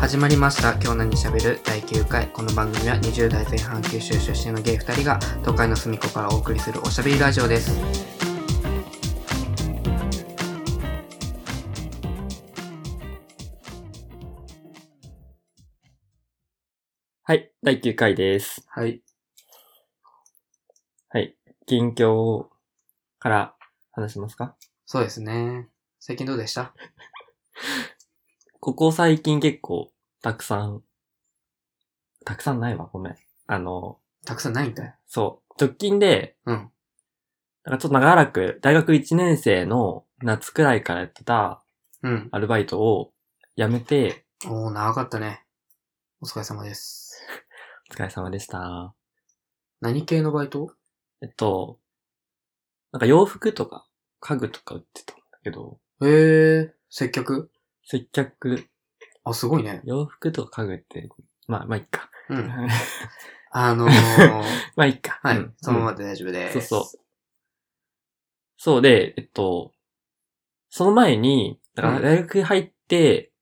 始まりました「今日何しゃべる」第9回この番組は20代前半九州出身のゲイ2人が都会の隅っこからお送りするおしゃべりラジオですはい、第9回です。はいはい、近況から話しますかそうですね最近どうでしたここ最近結構、たくさん、たくさんないわ、ごめん。あの、たくさんないんだよそう、直近で、うんなんかちょっと長らく、大学1年生の夏くらいからやってたうんアルバイトを辞めて、おー長かったねお疲れ様ですお疲れ様でした。何系のバイトえっと、なんか洋服とか、家具とか売ってたんだけど、へえー、接客接客、あすごいね洋服とか家具って、まあ、まあいっか。うんあのー、 まあ、いいか。はい、うんそのまうまんで大丈夫です、そうそう。そうで、えっと、その前に、だからうん大学入って、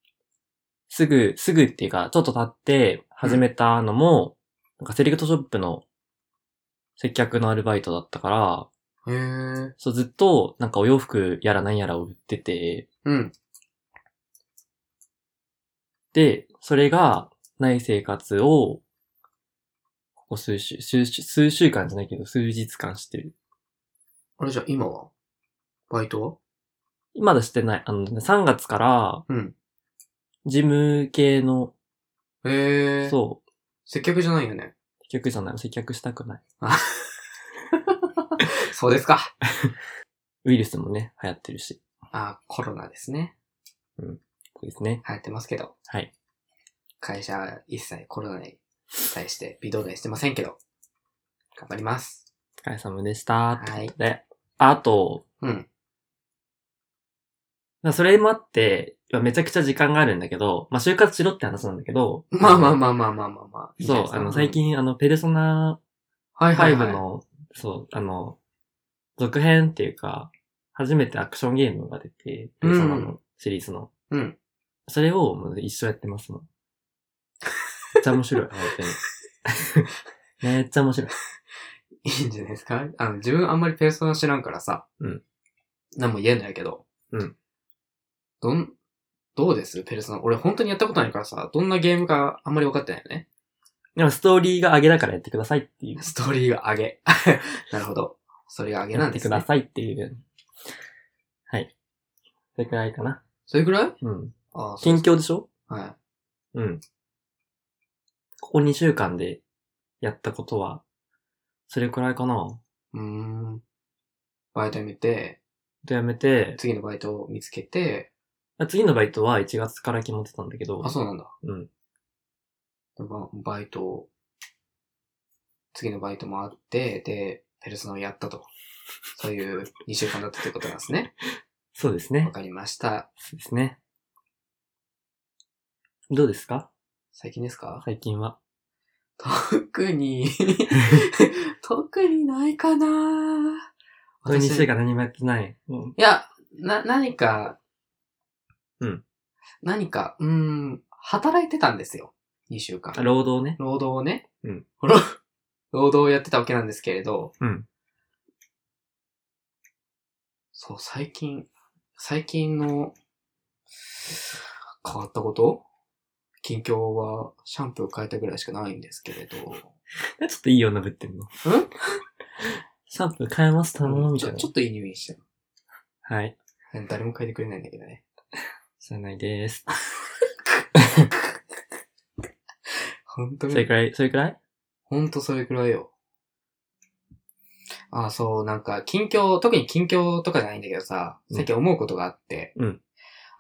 すぐ、すぐっていうか、ちょっと経って始めたのも、なんかセレクトショップの接客のアルバイトだったから、へえー、そうずっとなんかお洋服やらなんやらを売ってて、うんで、それがない生活を、ここ数週、数週数週間じゃないけど、数日間してる。あれじゃあ今はバイト今だしてない。あの、ね、3月から、はうん事務系の、へえー、うそう、接客じゃないよね接客じゃない、接客したくない。そうですかウイルスもね、流行ってるし、あ、コロナですね。そうですね。流行ってますけど、はい。会社は一切コロナに対して微動だにしてませんけど、頑張ります。お疲れ様でした。はい。で、あと、うん。まあそれもあって、まあめちゃくちゃ時間があるんだけど、まあ、就活しろって話なんだけど、まあまあまあまあまあまあまあ。いいじゃ なそいうで、すかあの、最、近、あの、ペルソナはいはい、 5はい。の、そう、あの、続編っていうか、初めてアクションゲームが出て、ペルソナのシリーズの。うん。それをもう一生やってますもん。めっちゃ面 白い、本当に。めっちゃ面白い。いいんじゃないですかあの、自分あんまりペルソナ知らんからさ、うん。何も言えないけど、うん。どん、どうですペルソナ。俺本当にやったことないからさ、どんなゲームかあんまり分かってないよね。でもストーリーが上げだからやってくださいっていう。ストーリーが上げ。 なるほど。それが上げなやんっでてすくねだ。さいっていう。はい。それくらいかな。それくらいうん。ああ、そう近況でしょはい。うん。ここ2週間でやったことは、それくらいかな。うーん。バイト辞めて、とやめて、次のバイトを見つけて、次のバイトは1月から決まってたんだけど、あ、そうなんだ。うん。ババイト、次のバイトもあって、で、ペルソナをやったと。そういう2週間だったということなんですね。そうですわね。かりました。そうですね。どうですか最近ですか最近は。特に、 特にないかなこれにしていか何もやってない。うん。や、な、何か、うん。何か、うーん、働いてたんですよ。2週間。労働ね。労働をね、うん労労働をやってたわけなんですけれど、うんそう、最近、最近の変わったこと近況はシャンプー変えたぐらいしかないんですけれど、ちょっといい女ぶってんの。ん シャンプー変えましたうんみちたいょなち。ょっといい匂いしてる。はい。誰も変えてくれないんだけどね。知らないです。本当それに、くらい、それくらい本当それくらいよ。ああ、そう、なんか、近況、特に近況とかじゃないんだけどさ、うん最近思うことがあって、うん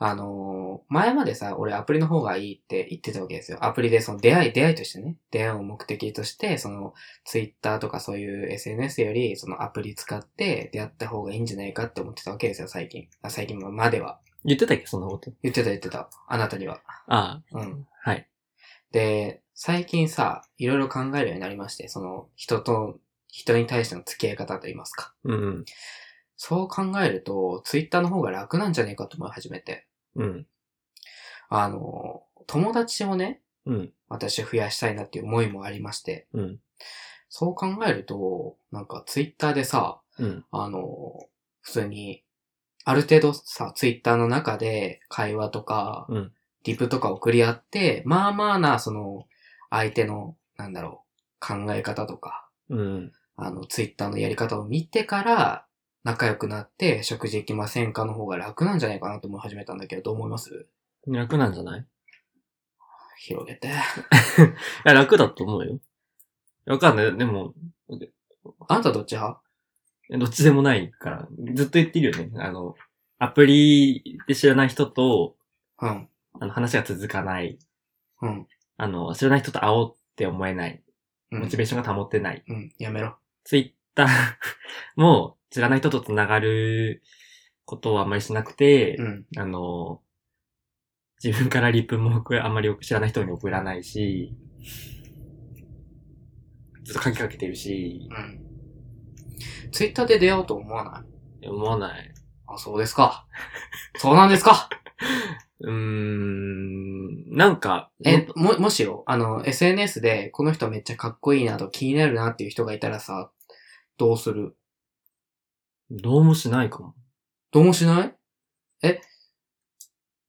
あのー前までさ、俺アプリの方がいいって言ってたわけですよ。アプリでその出会い、出会いとしてね、出会いを目的として、その、ツイッターとかそういう SNS より、そのアプリ使って出会った方がいいんじゃないかって思ってたわけですよ、最近。あ最近までは。言ってたっけそんなこと。言ってた言ってた。あなたには。あうん。あ、はい。で、最近さ、いろいろ考えるようになりまして、その、人と、人に対しての付き合い方といいますか。うんうん。そう考えると、ツイッターの方が楽なんじゃねえかと思い始めて。うん。あの、友達をね、うん。私増やしたいなっていう思いもありまして。うん。そう考えると、なんかツイッターでさ、うん。あの、普通に、ある程度さ、ツイッターの中で会話とか、うんリプとか送り合って、まあまあな、その、相手の、なんだろう、考え方とか、うん。あの、ツイッターのやり方を見てから、仲良くなって、食事行きませんかの方が楽なんじゃないかなと思い始めたんだけど、どう思います楽なんじゃないい広げて。や、楽だと思うよ。わかんない。でも、あんたどっち派どっちでもないから、ずっと言ってるよね。あの、アプリで知らない人と、うん。あの、話が続かない。うん。あの、知らない人と会おうって思えない。うんモチベーションが保ってない。うん、やめろ。ツイッター も、知らない人と繋がることはあんまりしなくて、うん。あの、自分からリプも送らあんまり知らない人に送らないし、ずっと鍵かけてるしう、ん。ツイッターで出会おうと思わない思わない。あ、そうですか。そうなんですか。うーん、なんか、え、も、もしよ、あの、SNS で、この人めっちゃかっこいいなと気になるなっていう人がいたらさ、どうするどうもしないかも。どうもしないえ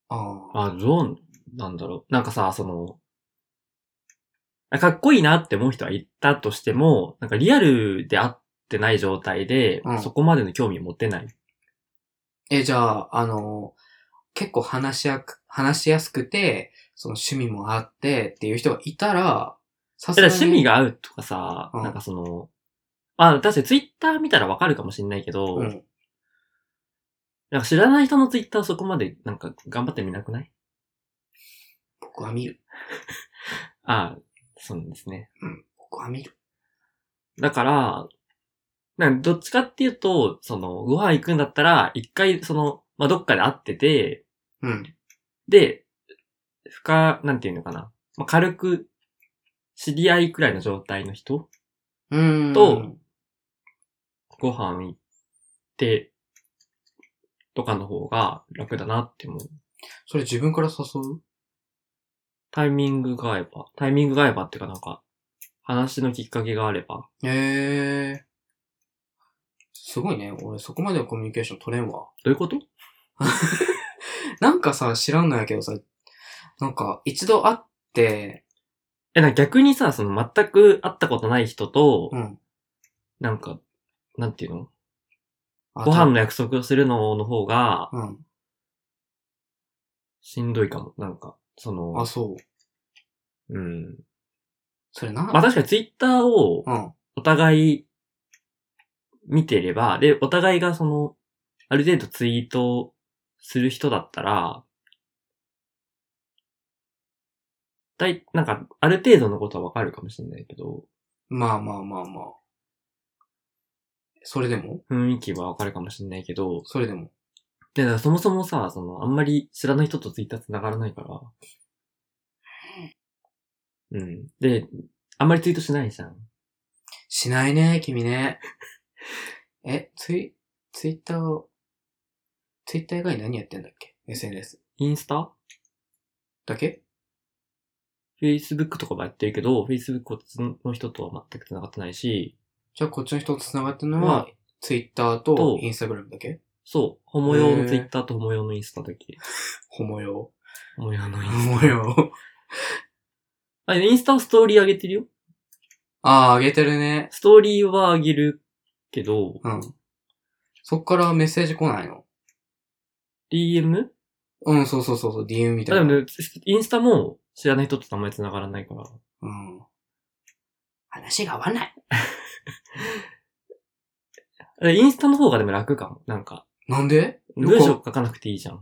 ああ。あ、どうなんだろう。なんかさ、その、あかっこいいなって思う人はいたとしても、なんかリアルで会ってない状態で、うんそこまでの興味を持ってない。え、じゃあ、あの、結構話しやく、話しやすくて、その趣味もあってっていう人がいたら、さただ趣味が、が合うとかさ、うんなんかその、まあ、確かにツイッター見たらわかるかもしれないけど、うん。なんか知らない人のツイッターそこまでなんか頑張ってみなくない僕は見る。ああ、そうですね。僕は見る。だから、なんかどっちかっていうと、その、ご飯行くんだったら、一回その、まあ、どっかで会ってて、うん。で、深、なんていうのかな。まあ、軽く、知り合いくらいの状態の人、うーん。とご飯行って、とかの方が楽だなって思う。それ自分から誘うタイミングが合えば、タイミングが合えばっていうかなんか、話のきっかけがあれば。へえ。すごいね。俺そこまでのコミュニケーション取れんわ。どういうことなんかさ、知らんのやけどさ、なんか一度会って、え、なんか逆にさ、その全く会ったことない人と、うん。なんか、なんていうのあご飯の約束をするのの方がた、うん。しんどいかも。なんか、そあ、の、そう。うん。それな、まあ確かにツイッターをうん。お互い見てれば、で、お互いがその、ある程度ツイートする人だったら、だい、なんか、ある程度のことはわかるかもしれないけど、まあまあまあまあ。それでも雰囲気はわかるかもしれないけど、それでも。で、だからそもそもさ、その、あんまり知らない人とツイッター繋がらないから。うん。で、あんまりツイートしないじゃん。しないね、君 ね。え、ツイ、ツイッターを、ツイッター以外何やってんだっけ ?SNS。インスタだけ ?Facebook とかもやってるけど、Facebook こっちの人とは全く繋がってないし、じゃあこっちの人と繋がってるのまはあ、ツイッターととインスタグラムだけそう、ホモ用へのーツイッターとホモ用のインスタだけ。ホモ用。ホモ用のインス思う よ。タ。あ、インスタはストーリー上げてるよ。ああ、あげてるね。ストーリーは上げるけど、うん。そっからメッセージ来ないの DM? うん、そうそうそうそう、DM みたあでいもな。ね、インスタも知らない人とあんまり繋がらないから。うん。話が合わない。でインスタの方がでも楽かも。なんか、なんで文章書かなくていいじゃん。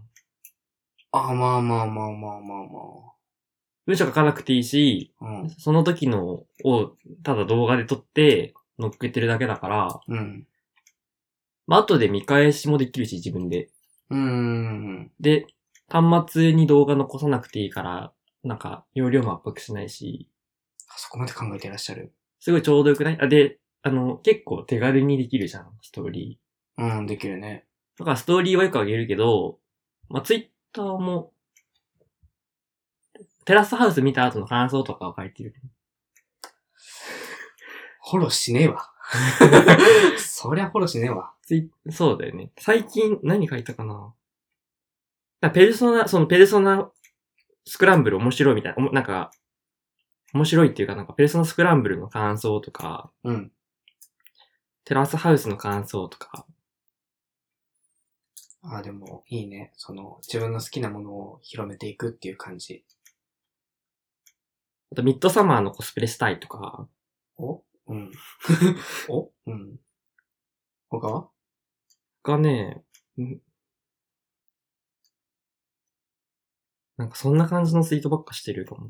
ああ、まあまあまあまあま文章書かなくていいし、あまあ。うん。その時のをただ動画で撮って乗っけてるだけだから、うん。まあ、後で見返しもできるし、自分で。うーん。で、端末に動画残さなくていいから、なんか、容量も圧迫しないし、あそこまで考えていらっしゃる。すごいちょうどよくないあ、で、あの、結構手軽にできるじゃん、ストーリうん、できるね。ー。だからストーリーはよくあげるけど、まあ、ツイッターも、テラスハウス見た後の感想とかを書いてる。フォローしねえ わ。そりゃフォローしねえわ。ツイそうだよね。最近何書いたかなあペルソナ、そのペルソナスクランブル面白いみたいな、おもなんか、面白いっていうかなんかペルソナスクランブルの感想とか、うん。テラスハウスの感想とか、ああ、でも、いいね。その、自分の好きなものを広めていくっていう感じ。あとミッドサマーのコスプレしたいとか、お うん。おうん。他はがね、んなんかそんな感じのツイートばっかしてるかも。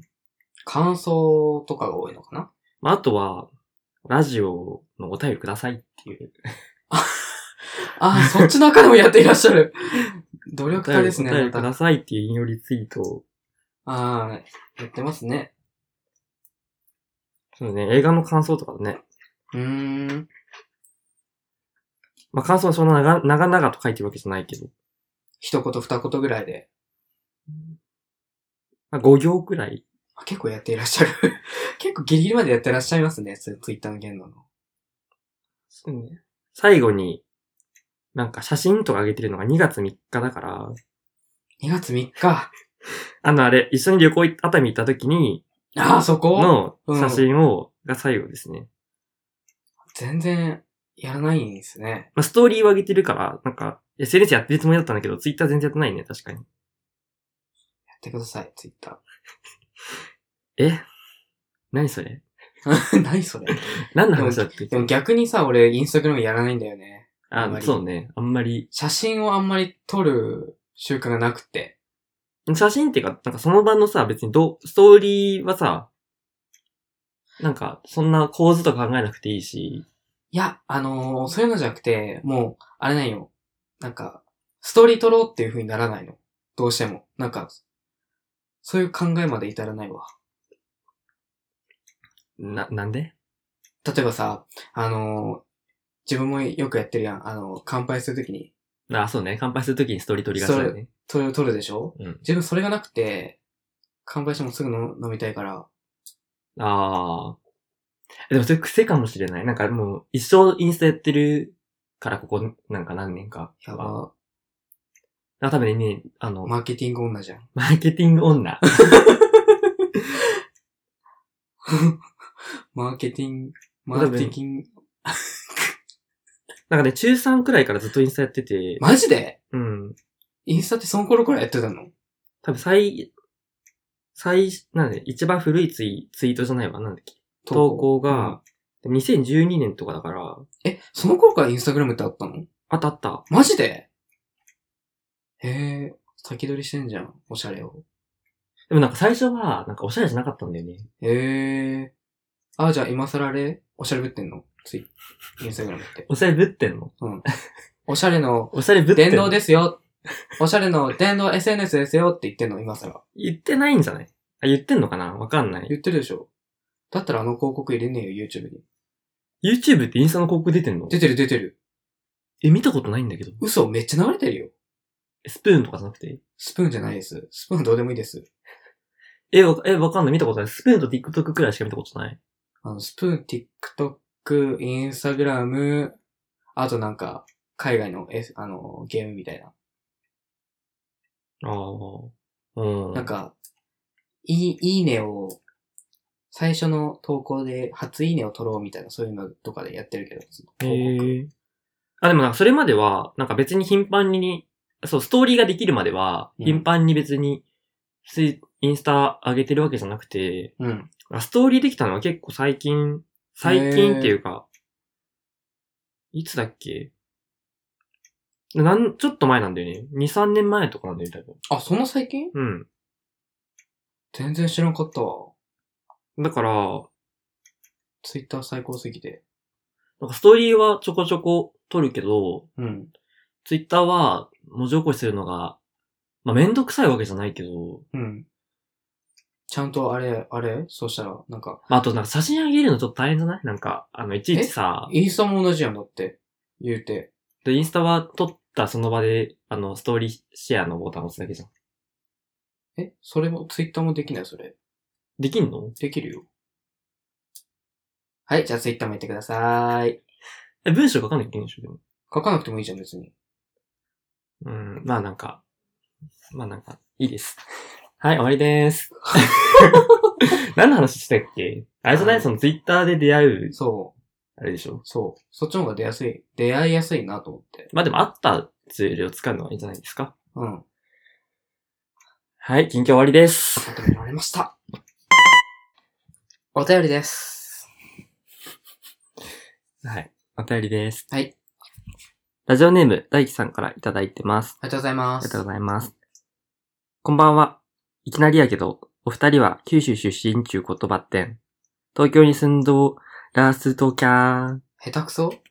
感想とかが多いのかなまあ、あとは、ラジオのお便りくださいっていう。ああ、そっちの中でもやっていらっしゃる。努力家ですね、お便まりくた。ださいっていう引用リツイートをああ、やってますね。そうね、映画の感想とかね。うーん。まあ、感想はそんな長長々と書いてるわけじゃないけど、一言二言ぐらいで。まあ、5行くらい。あ結構やっていらっしゃる。 結構ギリギリまでやってらっしゃいますね、ツツイッターの言論の。そうね。最後に、なんか写真とか上げてるのが2月3日だから、 2月3日。あのあれ、一緒に旅行行った、熱海行った時に、ああ、そこの写真を、が最後ですね。全然やらないんですね。まあ、ストーリーを上げてるから、なんか、SNS やってるつもりだったんだけど、ツイッター全然やってないね、確かに。やってください、ツイッタえ何それー。何それ。何の話だっけでも逆にさ、俺、インスタグラムやらないんだよね。あんまあ、りそうね。あんまり。写真をあんまり撮る習慣がなくて。写真っていうか、なんかその場のさ、別にどう、ストーリーはさ、なんか、そんな構図とか考えなくていいし、いや、あのーそういうのじゃなくて、もう、あれなんよ。なんか、ストーリー撮ろうっていう風にならないの。どうしても。なんか、そういう考えまで至らないわ。な、なんで例えばさ、あのー自分もよくやってるやん。あの、乾杯するときに、あ、そうね。乾杯するときにストーリー撮りがちだよね。それを取るでしょうん自分それがなくて、乾杯してもすぐの飲みたいから、ああ。でもそれ癖かもしれない。なんかもう、一生インスタやってるから、ここ、なんか何年か。やば、あ、多分ね、あの、マーケティング女じゃん。マーケティング女。マーケティング、マ多ー分ケティング、なんかね、中3くらいからずっとインスタやってて、マジでうん。インスタってその頃からやってたの多分最、最、なんで、一番古いツイツイートじゃないわ、なんだっけ。投稿が、2012年とかだから、うんえ、その頃からインスタグラムってあったのあったあった。マジでへえ、先取りしてんじゃん、おしゃれを。でもなんか最初は、なんかおしゃれじゃなかったんだよね。へえ。あ、じゃあ今更あれおしゃれぶってんのつい。インスタグラムって。おしゃれぶってんのおしゃれのおしゃれぶってんの電動ですよ。おしゃれの電動 SNS ですよって言ってんの、今更。言ってないんじゃないあ、言ってんのかなわかんない。言ってるでしょ。だったらあの広告入れねえよ、YouTube に。 YouTube ってインスタの広告出てんの出てる出てる。え、見たことないんだけど。嘘、めっちゃ流れてるよ。スプーンとかじゃなくてスプーンじゃないです。スプーンどうでもいいです。え、わえ、わかんない。見たことない。スプーンと TikTok くらいしか見たことない。あの、スプーン、TikTok、Instagram、あとなんか、海外の、え、あの、ゲームみたいな。ああ。うん。なん、か、いい、いいねを、最初の投稿で初いいねを取ろうみたいな、そういうのとかでやってるけど、へ広告え。あ、でもなんかそれまでは、なんか別に頻繁に、そう、ストーリーができるまでは、うん頻繁に別に、ツイインスタ上げてるわけじゃなくて、うん。ストーリーできたのは結構最近、最近っていうか、いつだっけなん、ちょっと前なんだよね。2、3年前とかなんだよ、多あ、その最近分。全然知らんかったわ。うん。だから、ツイッター最高すぎて。なんかストーリーはちょこちょこ撮るけど、うん。ツイッターは、文字起こしするのが、まあ、めんどくさいわけじゃないけど、うん。ちゃんとあれ、あれそうしたら、なんか、まあ、あとなんか写真上げるのちょっと大変じゃないなんか、あの、いちいちさ、インスタも同じやんだって、言うて。で、インスタは撮ったその場で、あの、ストーリーシェアのボタンを押すだけじゃん。えそれも、ツイッターもできないそれ。できんのできるよ。はい、じゃあツイッターもやってください。え、文章書かなきゃいけないでしょ、でも。書かなくてもいいじゃん、別に。うん、まあなんか、まあなんか、いいです。 はい、終わりでーす。 何の話してたっけあれじゃないそのツイッターで出会う、そう、あれでしょそう。そっちの方が出やすい。出会いやすいなと思って。まあでも、あったツールを使うのはいいんじゃないですかうん。はい、近況終わりです。まとめられました。お便りです。はい。お便りです。はい。ラジオネーム、大輝さんからいただいてます。ありがとうございまありす。がとうございます。こんばんは。いきなりやけど、お二人は九州出身ちゅう言葉ってん、東京に住んどラース東キャー。下手く そちゃんと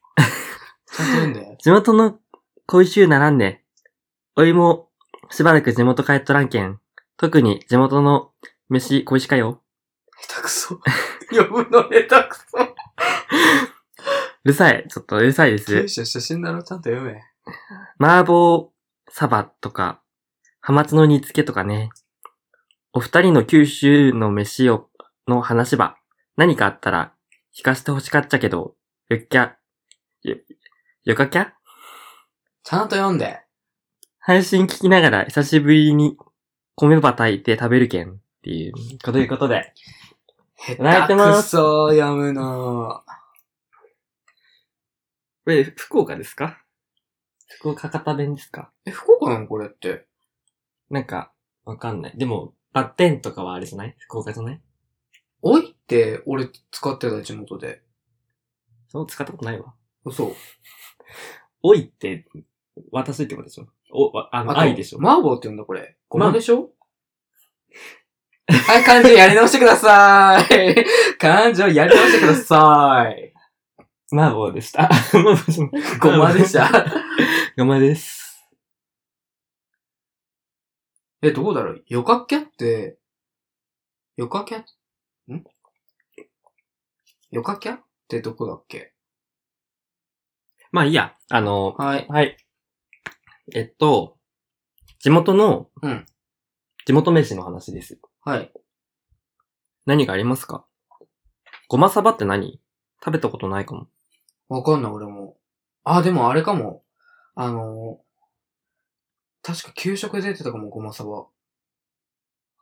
読んで。地元の恋臭ならんね。おいも、しばらく地元帰っとらんけん。特に地元の飯恋しかよ。下手くそ。 読むの下手くそ。うるさい。ちょっとうるさいです。九州出身だろ、ちゃんと読め。麻婆サバとか、ハマツの煮付けとかね。お二人の九州の飯を、の話ば、何かあったら、聞かせて欲しかっちゃけど、よっきゃ、よ、よかきゃちゃんと読んで。配信聞きながら久しぶりに米ば炊いて食べるけんっていう、こということで。泣下い手てまくすそ読むの。これ、福岡ですか福岡博多弁ですかえ、福岡なのこれって。なんか、わかんない。でも、バッテンとかはあれじゃない福岡じゃないおいって、俺使ってた地元で。そう、使ったことないわ。嘘。おいって、渡すってことでしょお、わあの、と愛でしょマーボーって言うんだ、これ。ごまマーでしょはい、漢字やり直してください。 漢字をやり直してください。マーボーでした。 マーボーじゃないごまでし。た。 ごまです。え、どうだろうよかっけって、よかけんよかけってどこだっけまあいいや。あの、はい。はい。えっと、地元の、うん地元飯の話です。はい。何がありますかごまサバって何食べたことないかも。わかんない、俺も。あ、でもあれかも。あのー確か給食で出てたかも、ごまさば。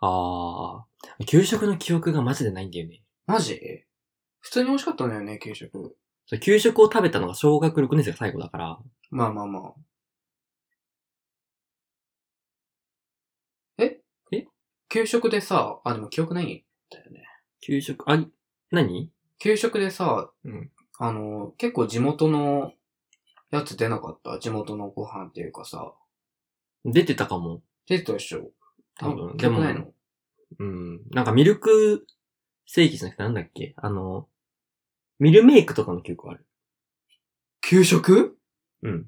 あー。給食の記憶がマジでないんだよね。マジ普通に美味しかったんだよね、給食。そう給食を食べたのが小学6年生が最後だから。まあまあまあ。ええ給食でさ、あ、でも記憶ないんだよね。給食、あ、何給食でさ、うんあの、結構地元のやつ出なかった地元のご飯っていうかさ、出てたかも。出てたでしょ多分。記憶ないのうん。なんかミルク正規じゃなくてなんだっけあの、ミルメイクとかの記憶ある。給食うん。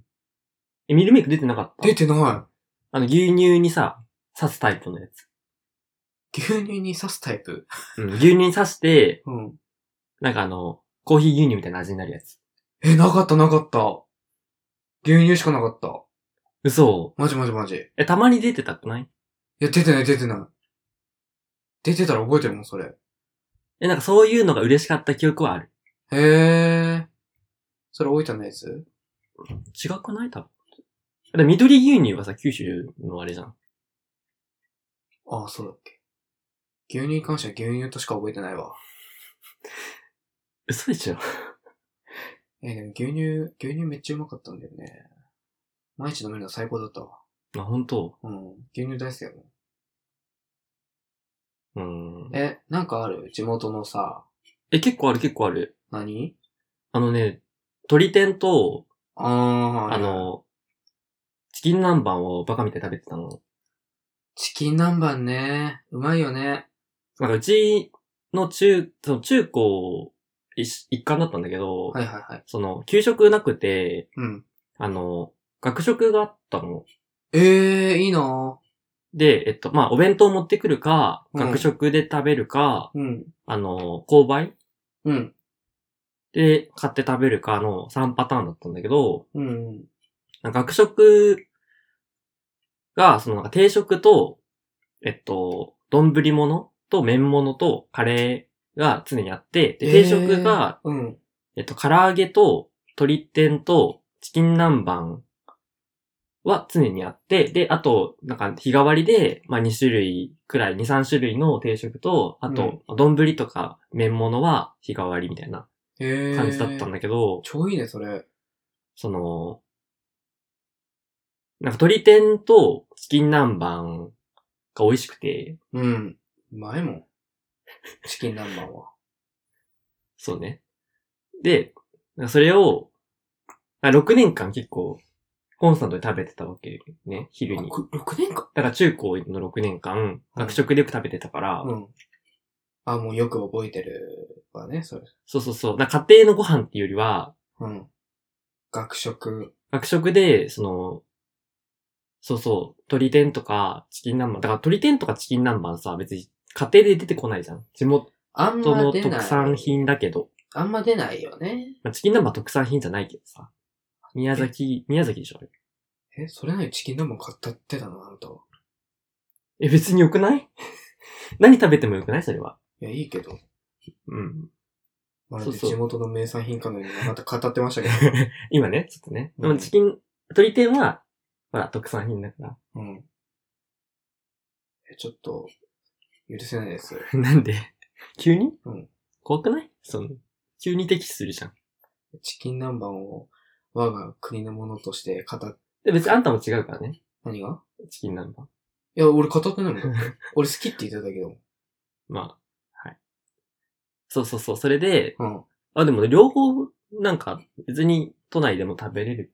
え、ミルメイク出てなかった出てなあの、牛乳にさ、刺すタイプのやつ。い。牛乳に刺すタイプ。うん。牛乳に刺して、うん。なんかあの、コーヒー牛乳みたいな味になるやつ。え、なかったなかった。牛乳しかなかった。嘘。マジマジマジ。いえ、たまに出てたくないや、出てない出てない。出てたら覚えてるもん、それ。え、なんかそういうのが嬉しかった記憶はある。へえ。それ大分のやつ違くない多分。だって緑牛乳はさ、九州のあれじゃん。ああ、そうだっけ。牛乳に関しては牛乳としか覚えてないわ。嘘でしょ えーでも牛乳、牛乳めっちゃうまかったんだよね。毎日飲めるの最高だったわ。あ、本当うん。牛乳大好きだもん。うん。え、なんかある地元のさ、え、結構ある結構ある。何あのね、鳥天と、あー、あ、の、チキン南蛮をバカみたいに食べてたの。チキン南蛮ね。うまいよね。なんかうちの中、その中高一一貫だったんだけど、はいはいはい。その、給食なくて、うん。あの、学食があったの。ええいいなぁ。で、えっと、まあ、お弁当持ってくるか、うん学食で食べるか、うん。あの、購買うん。で買って食べるかの3パターンだったんだけど、うん。学食が、そのなんか定食と、えっと、丼物と麺物とカレーが常にあって、で定食が、えー、うん。えっと、唐揚げと鶏天とチキン南蛮は常にあって、で、あと、なんか日替わりで、まあ2種類くらい、2、3種類の定食と、あと、丼とか麺物は日替わりみたいなええ感じだったんだけど、超いいね、それ。その、なんか鶏天とチキン南蛮が美味しくて、うん。うまいもん。チキン南蛮は。そうね。で、なんかそれを、あ6年間結構、コンスタントに食べてたわけね、昼に。 6, 6年間だから中高の6年間、学食でよく食べてたから、うん。あ、もうよく覚えてるわね、それ。そうそうそう、だから家庭のご飯っていうよりは、うん。学食。学食で、その、そうそう、鶏天とかチキン南蛮、だから鶏天とかチキン南蛮さ、別に家庭で出てこないじゃん。地元あん元まの出ない。特産品だけど、あんま出ないよね。まあ、チキン南蛮特産品じゃないけどさ。宮崎、宮崎でしょあれえ、それなのにチキン南蛮買ったってたのあなたは。え、別に良くない 何食べても良くないそれは。いや、いいけど。うん。まるそうでそう地元の名産品かのようにまた語ってま したけど。今ね、ちょっとね。うんでもチキン、鶏天は、ほら、特産品だかうん。えちょっと、許せないです。ら。 なんで急にうん怖くないその、急に敵視するじゃん。チキン南蛮を我が国のものとして語っ、で、別にあんたも違うからね。何がチキン南蛮。いや、俺語ってないもん。 俺好きって言ってたけど。まあ、はい。そうそうそう。それで、うん。あ、でもね、両方、なんか、別に都内でも食べれる。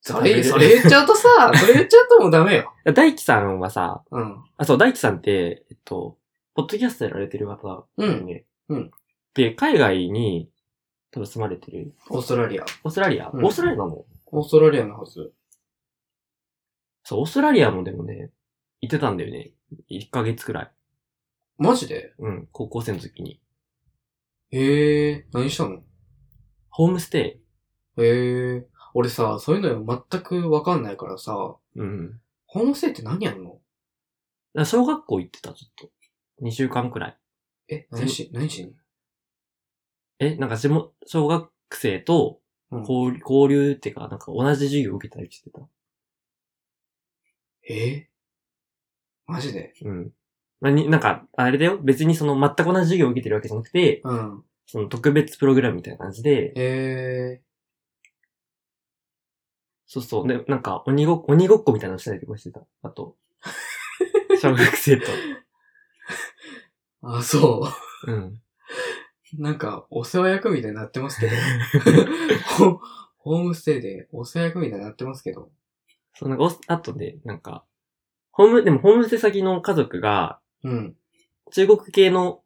そ食べれ、るそれ言っちゃうと さ、それ言っちゃうともうダメよ。大輝さんはさ、うん。あ、そう、大輝さんって、えっと、ポッドキャストやられてる方だよね。うんうんで、海外に、多分住まれてる。オーストラリア。オーストラリア、うんオーストラリアなのオーストラリアのはず。そう、オーストラリアもでもね、行ってたんだよね。1ヶ月くらい。マジでうん、高校生の時に。へえ、何したのホームステへえ。俺さ、そういうの全くわかんないからさ、イ。うん。だかホームステイって何やんのら小学校行ってた、ちょっと。2週間くらい。え、何し、何しにえ、なんか地元、小学生とうん交流、交流っていうか、なんか同じ授業を受けたりしてた。えマジでうん。なに、なんか、あれだよ。別にその全く同じ授業を受けてるわけじゃなくて、うん。その特別プログラムみたいな感じで、へえ。そうそう。で、なんか、鬼ごっ、鬼ごっこみたいなのしたりとかしてた。あと、小学生と。あ、そう。うん。 なんか、お世話役みたいになってますけど。 ホホームステイでお世話役みたいになってますけど。そう、なんかお、あとで、なんか、ホーム、でもホームステイ先の家族が、うん。中国系の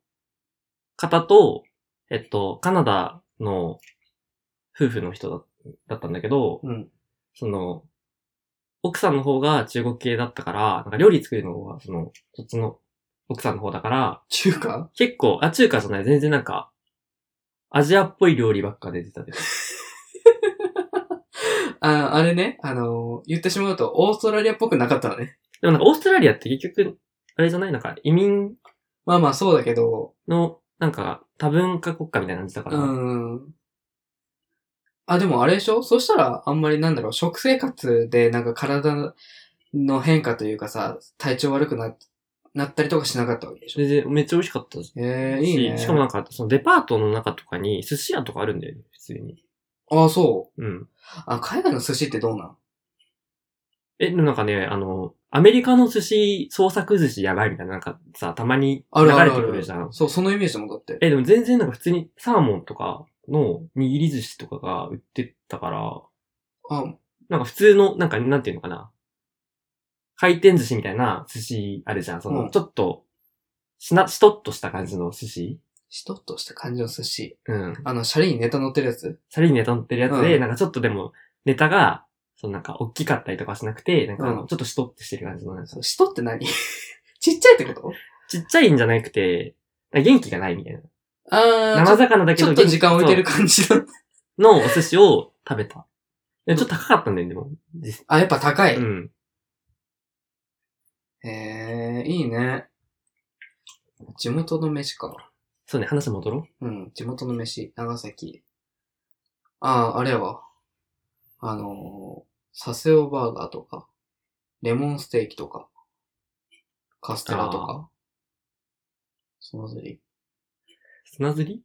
方と、えっと、カナダの夫婦の人だだったんだけど、うん。その、奥さんの方が中国系だったから、なんか料理作るのは、その、そっちの奥さんの方だから、中華結構、あ、中華じゃない、全然なんか、アジアっぽい料理ばっか出てたでしょ。あ、あれね、あのー言ってしまうと、オーストラリアっぽくなかったのね。でもなんか、オーストラリアって結局、あれじゃないなんか、移民まあまあ、そうだけど、の、なんか、多文化国家みたいな感じだかうら、ーん。あ、でもあれでしょそしたら、あんまりなんだろう、食生活でなんか体の変化というかさ、体調悪くな、なったりとかしなかったわけでしょ全然、めっちゃ美味しかったし、ええいいね。しかもなんか、そのデパートの中とかに、寿司屋とかあるんだよね、普通に。あ、そう。うん。あ、海外の寿司ってどうなんえ、でもなんかね、あの、アメリカの寿司、創作寿司やばいみたいな、なんかさ、たまにあ流るあるれてあくるるじゃん。。そう、そのイメージだもんだって。え、でも全然なんか普通にサーモンとかの握り寿司とかが売ってたから、あ、なんか普通の、なんかなんていうのかな。回転寿司みたいな寿司あるじゃん。その、うんちょっと、しな、しとっとした感じの寿司。しとっとした感じの寿司。うん。あの、シャリにネタ乗ってるやつサリにネタ乗ってるやつで、うんなんかちょっとでも、ネタが、そそのなんか、大きかったりとかしなくて、なんかあの、うんちょっとしとってしてる感じの、なんかそう人って何 ちっちゃいってことちっちゃいんじゃなくて、元気がないみたいな。あ生あ、魚だけちどょっと時間置いてる感じの。のお寿司を食べた。いやちょっと高かったんだよ、でも。実あ、やっぱ高い。うん。へえ、いいね。地元の飯か。そうね、話戻ろう。うん、地元の飯、長崎。ああ、あれは。あのー、サセオバーガーとか、レモンステーキとか、カステラとか。その釣り。砂ずり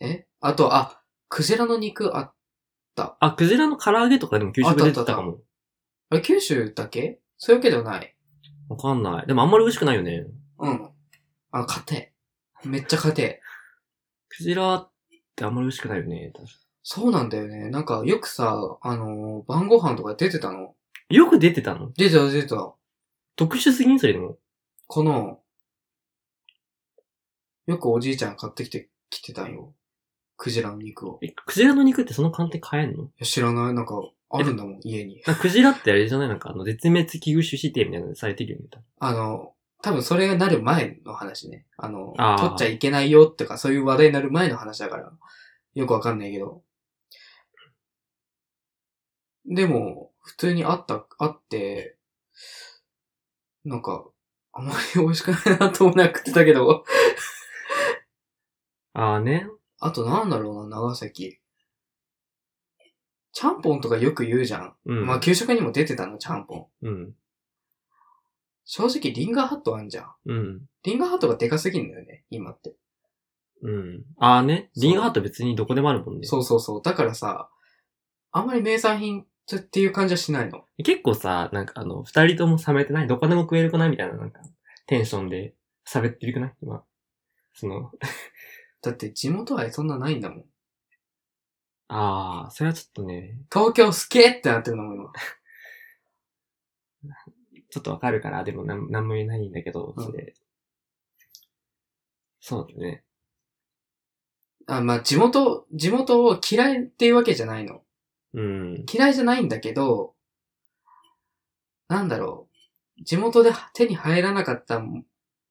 えあと、あ、クジラの肉あ、あ、クジラの唐揚げとかでも給食で出てたかあも。あれ九州だけそういうわけではない。わかんない。でもあんまり美味しくないよね。うん。あ、家庭。めっちゃ家庭。クジラってあんまり美味しくないよね。確かそうなんだよね。なんか、よくさ、あのー、晩ご飯とか出てたのよく出てたの出てた出てた。特殊すぎんそれでも。この、よくおじいちゃん買ってきて、きてたんよ。クジラの肉を。いえ、クジラの肉ってその観点買えんのや知らないなんか、あるんだもん、家に。なんかクジラってあれじゃないなんか、あの、絶滅危惧種指定みたいなのされてるよね。あの、多分それがなる前の話ね。あの、あー取っちゃいけないよとか、そういう話題になる前の話だから、よくわかんないけど。でも、普通にあった、あって、なんか、あまり美味しくないなと思わなくてたけど。ああね。あとなんだろうな、長崎。ちゃんぽんとかよく言うじゃん。うん。まあ、給食にも出てたの、ちゃんぽん。うん。正直、リンガーハットあんじゃん。うん。リンガーハットがでかすぎんだよね、今って。うん。ああね。そうリンガーハット別にどこでもあるもんね。そうそうそう。だからさ、あんまり名産品っていう感じはしないの。結構さ、なんかあの、二人とも冷めてない、どこでも食えるくないみたいな、なんか、テンションで喋ってるくない今。その、だって地元愛そんなないんだもん。ああ、それはちょっとね、東京すげえってなってるのもん今。ちょっとわかるから、でもなん、なんも言えないんだけど、うんそれ。そうだね。あ、まあ地元、地元を嫌いっていうわけじゃないの。うん。嫌いじゃないんだけど、なんだろう。地元で手に入らなかったも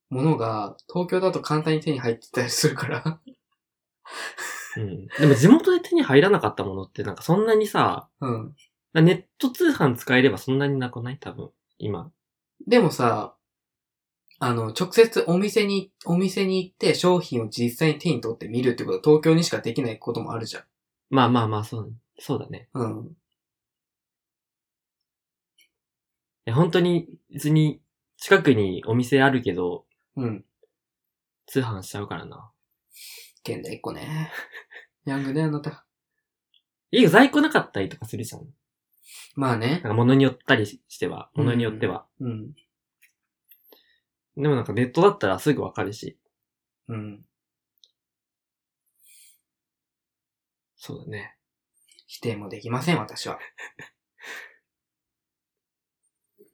のが、東京だと簡単に手に入ってたりするから。 うん。でも地元で手に入らなかったものって、なんかそんなにさ、うん。ネット通販使えればそんなになくない多分、今。でもさ、あの、直接お店に、お店に行って商品を実際に手に取って見るってことは東京にしかできないこともあるじゃん。まあまあまあ、そう、そうだね。うん。いや、本当に、別に、近くにお店あるけど、うん。通販しちゃうからな。現代一個 ね。ヤングね、あなた。家が在庫なかったりとかするじゃん。まあねな。んか物によったりしては、うん物によっては。うん。でもなんかネットだったらすぐわかるし。うん。そうだね。否定もできません、私は。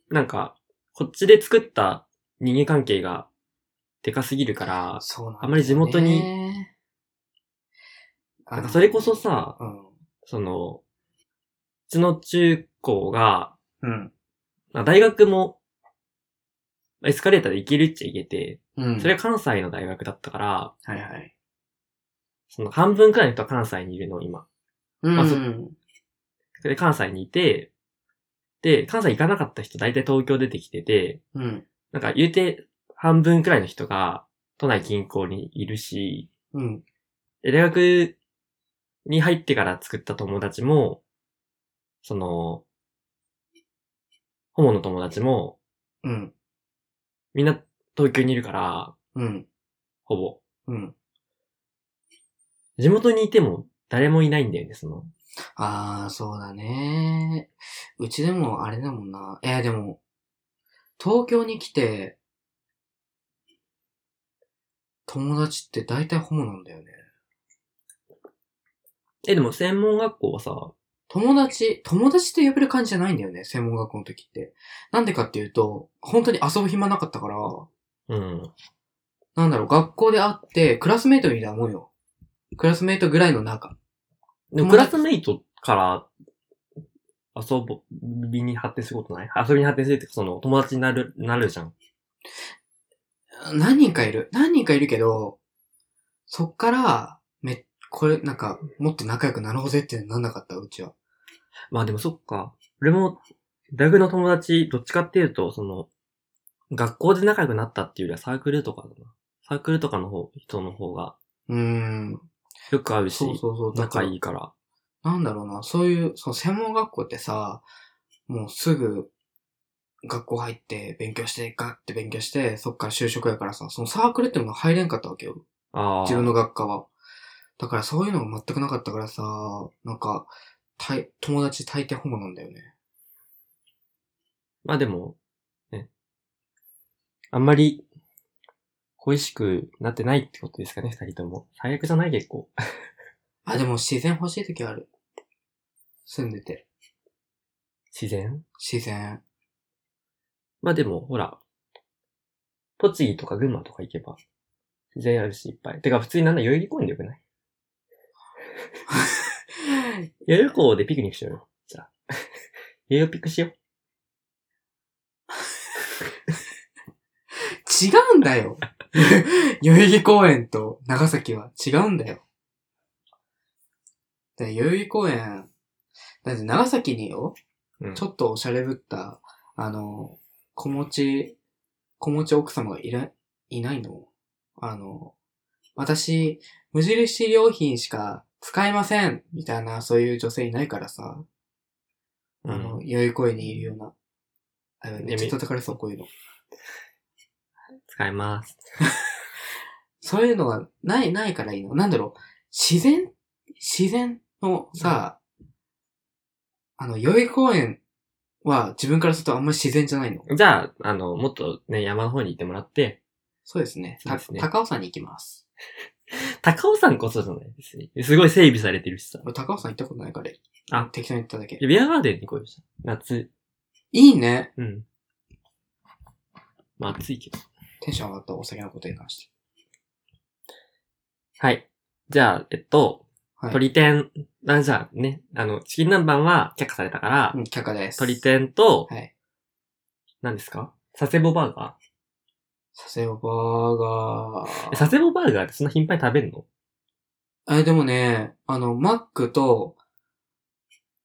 なんか、こっちで作った人間関係が、でかすぎるから、そうなんだよね、あまり地元にあの。なんかそれこそさ、うん。その、うちの中高が、うん。まあ大学も、エスカレーターで行けるっちゃ行けて、うん。それは関西の大学だったから、はいはい。その半分くらいの人は関西にいるの、今。うん。あそで、関西にいて、で、関西行かなかった人大体東京出てきてて、うん。なんか言うて半分くらいの人が都内近郊にいるし、うん。で大学に入ってから作った友達も、その、ホモの友達も、うん。みんな東京にいるから、うん。ほぼ。うん。地元にいても誰もいないんだよね、その。ああ、そうだね。うちでもあれだもんな。いや、でも、東京に来て、友達って大体ホモなんだよね。え、でも専門学校はさ、友達、友達って呼べる感じじゃないんだよね、専門学校の時って。なんでかっていうと、本当に遊ぶ暇なかったから、うん。なんだろう、学校で会って、クラスメイトみたいなもんよ。クラスメイトぐらいの仲。でもクラスメイトから遊びに発展することない遊びに発展するっていうか、その、友達になる、なるじゃん。何人かいる。何人かいるけど、そっから、め、これ、なんか、もっと仲良くなろうぜってなんなかった、うちは。まあでもそっか。俺も、大学の友達、どっちかっていうと、その、学校で仲良くなったっていうよりはサークルとかだな。サークルとかの方、人の方がうーん。よく会うし、そうそうそう。だか仲らいいから。なんだろうな、そういう、その専門学校ってさ、もうすぐ、学校入って、勉強して、ガッて勉強して、そっから就職やからさ、そのサークルってのが入れんかったわけよ。ああ。自分の学科は。だからそういうのが全くなかったからさ、なんか、たい、友達大抵ホモなんだよね。まあでも、ね。あんまり、恋しくなってないってことですかね、二人とも。最悪じゃない結構。あ、でも自然欲しい時ある。住んでて。自然自然。まあでも、ほら、栃木とか群馬とか行けば、自然あるし、いっぱい。てか、普通になんだ、代々木公園でよくない代々木公園でピクニックしようよ。じゃあ。 代々木ピクしよう。違うんだよ 代々木公園と長崎は違うんだよ。で代々木公園、だって長崎によ、うんちょっとおしゃれぶった、あの、子持ち、子持ち奥様がいら、いないのあの、私、無印良品しか使いませんみたいな、そういう女性いないからさ、ああのの、、代々木公園にいるような。あやめっちゃ叩かれそう、こういうの。使います。そういうのはない、ないからいいの。なんだろう、自然、自然のさ、あの、代々木公園は自分からするとあんまり自然じゃないの。じゃあ、あの、もっとね、山の方に行ってもらって、そうですね。そうですねた高尾山に行きます。高尾山こそじゃないですね。すごい整備されてるしさ。俺高尾山行ったことないから。あ適当に行っただけ。いビアガーデンに行こうよ、じゃあ夏。いね。うん。まあ暑いけど。テンション上がったお酒のことに関して。はい。じゃあ、えっと、はい鳥天、あ、じゃあね、あの、チキン南蛮は却下されたから、うん、却下です。鳥。天と、はい。何ですか佐世保バーガ佐世保バーーえガー。佐世保バーガーってそんな頻繁に食べるのえ、でもね、あの、マックと、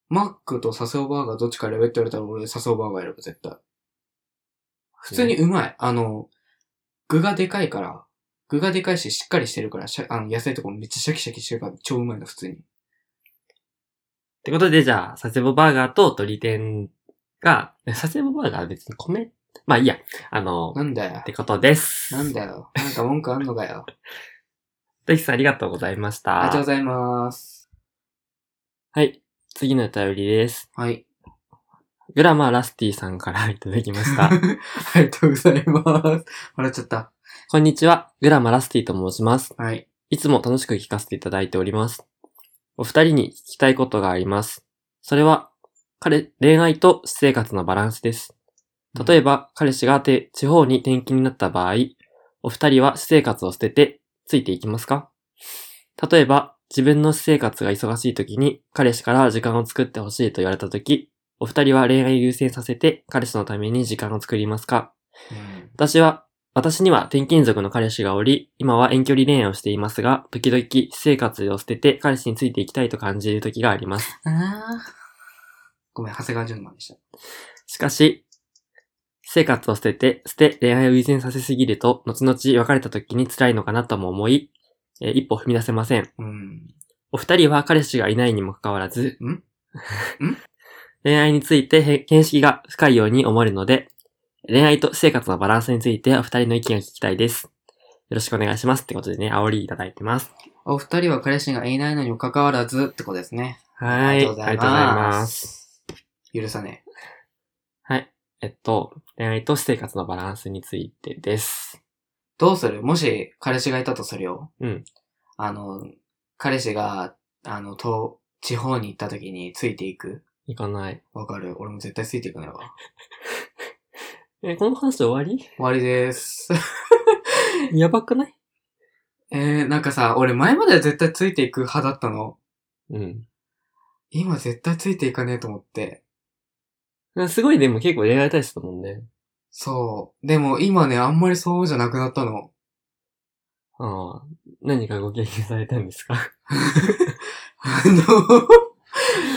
マックと佐世保バーガーどっちか選べって言われたら俺佐世保バーガー選ぶ、絶対。普通にうまい。あの、具がでかいから、具がでかいし、しっかりしてるから、しゃあの野菜とかもめっちゃシャキシャキしてるから、超うまいの、普通に。ってことで、じゃあ、佐世保バーガーと鳥天が、え佐世保バーガーは別に米まあいいや、あの、なんだよっ。てことです。なんだよ。なんか文句あんのかよ。大輝さんありがとうございまし ありがとうごた。ざいます。はい。次のお便りです。はい。グラマーラスティさんからいただきました。 ありがとうございます。笑っちゃった。こんにちは。グラマーラスティと申します。はい。いつも楽しく聞かせていただいております。お二人に聞きたいことがあります。それは、彼、恋愛と私生活のバランスです。例えば、彼氏がて地方に転勤になった場合、お二人は私生活を捨てて、ついていきますか例えば、自分の私生活が忙しい時に、彼氏から時間を作ってほしいと言われた時、お二人は恋愛を優先させて、彼氏のために時間を作りますかうん私は、私には転勤族の彼氏がおり、今は遠距離恋愛をしていますが、時々私生活を捨てて彼氏についていきたいと感じる時があります。あーごめん、長谷川純馬でした。しかし、私生活を捨てて、捨て恋愛を依然させすぎると、後々別れた時に辛いのかなとも思い、えー一歩踏み出せません。うん。お二人は彼氏がいないにもかかわらず、んん恋愛についてへ見識が深いように思えるので、恋愛と私生活のバランスについてお二人の意見を聞きたいです。よろしくお願いします。ってことでね、煽りいただいてます。お二人は彼氏がいないのにもかかわらずってことですね。はい。ありがとうございます。す。許さねえ。はい。えっと、恋愛と私生活のバランスについてです。どうするもし彼氏がいたとするよ。うん。あの、彼氏が、あの、と、地方に行った時についていく。いかない。わかる俺も絶対ついていくならわ。え、この話で終わり終わりです。 やばくないえー、なんかさ、俺前までは絶対ついていく派だったの。うん。今絶対ついていかねえと思って。うんすごいでも結構恋愛体質だもんね。そう。でも今ね、あんまりそうじゃなくなったの。ああ、何かご経験されたんですか あの、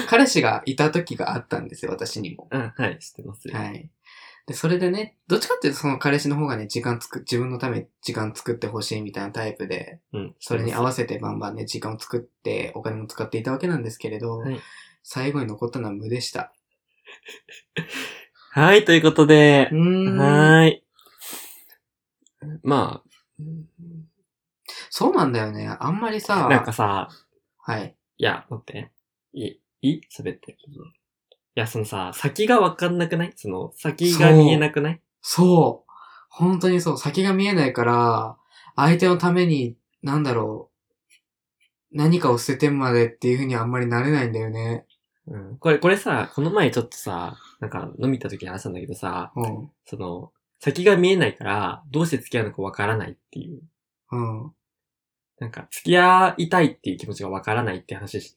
彼氏がいた時があったんですよ、私にも。うん、はい、知ってます。はい。で、それでね、どっちかっていうとその彼氏の方がね、時間つく、自分のために時間作ってほしいみたいなタイプで、うん、それに合わわせてバンバンね、時間を作って、お金も使っていたわけなんですけれど、はい最後に残ったのは無でした。はい、ということでう、ーん。はーい。まそうなんだよね。あんまりあ、さ、なんかさ、はい。いや、待って。いい、いい喋って。いや、そのさ、先がわかんなくないその、先が見えなくないそう。本当にそう。先が見えないから、相手のために、なんだろう。何かを捨ててまでっていうふうにあんまりなれないんだよね。うん。これ、これさ、この前ちょっとさ、なんか飲み行った時に話したんだけどさ、うん。その、先が見えないから、どうして付き合うのかわからないっていう。うん。うなんか、付き合いたいっていう気持ちがわからないって話し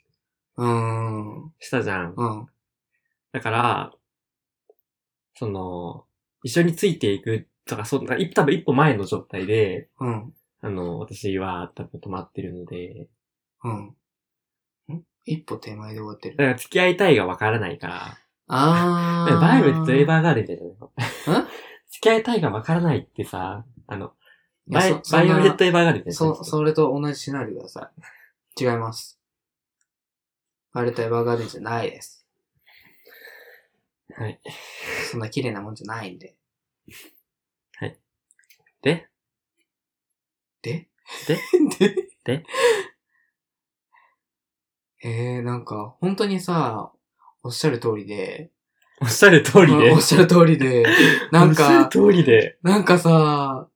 ーん。したじゃん。うん。だから、その、一緒についていくとか、そんな、い多分一歩前の状態で、うん。あの、私は多分止まってるので、うん。ん一歩手前で終わってだる。から付き合いたいがわからないから、あー。 バイブルとエイえバーガーデンみたいじゃないん 付き合いたいがわからないってさ、あの、バイばバイオレットエヴァーガーデンみたいなそ、それと同じしないでくださ い。違います。バイオレットエヴァーガーデンじゃないです。はい。そんな綺麗なもんじゃないんで。で、でで ででえー、なんか、本当にさ、おっしゃる通りで、おっしゃる通りで。おっしゃる通りで、なんおかっし、ゃる通りで。なんかさ、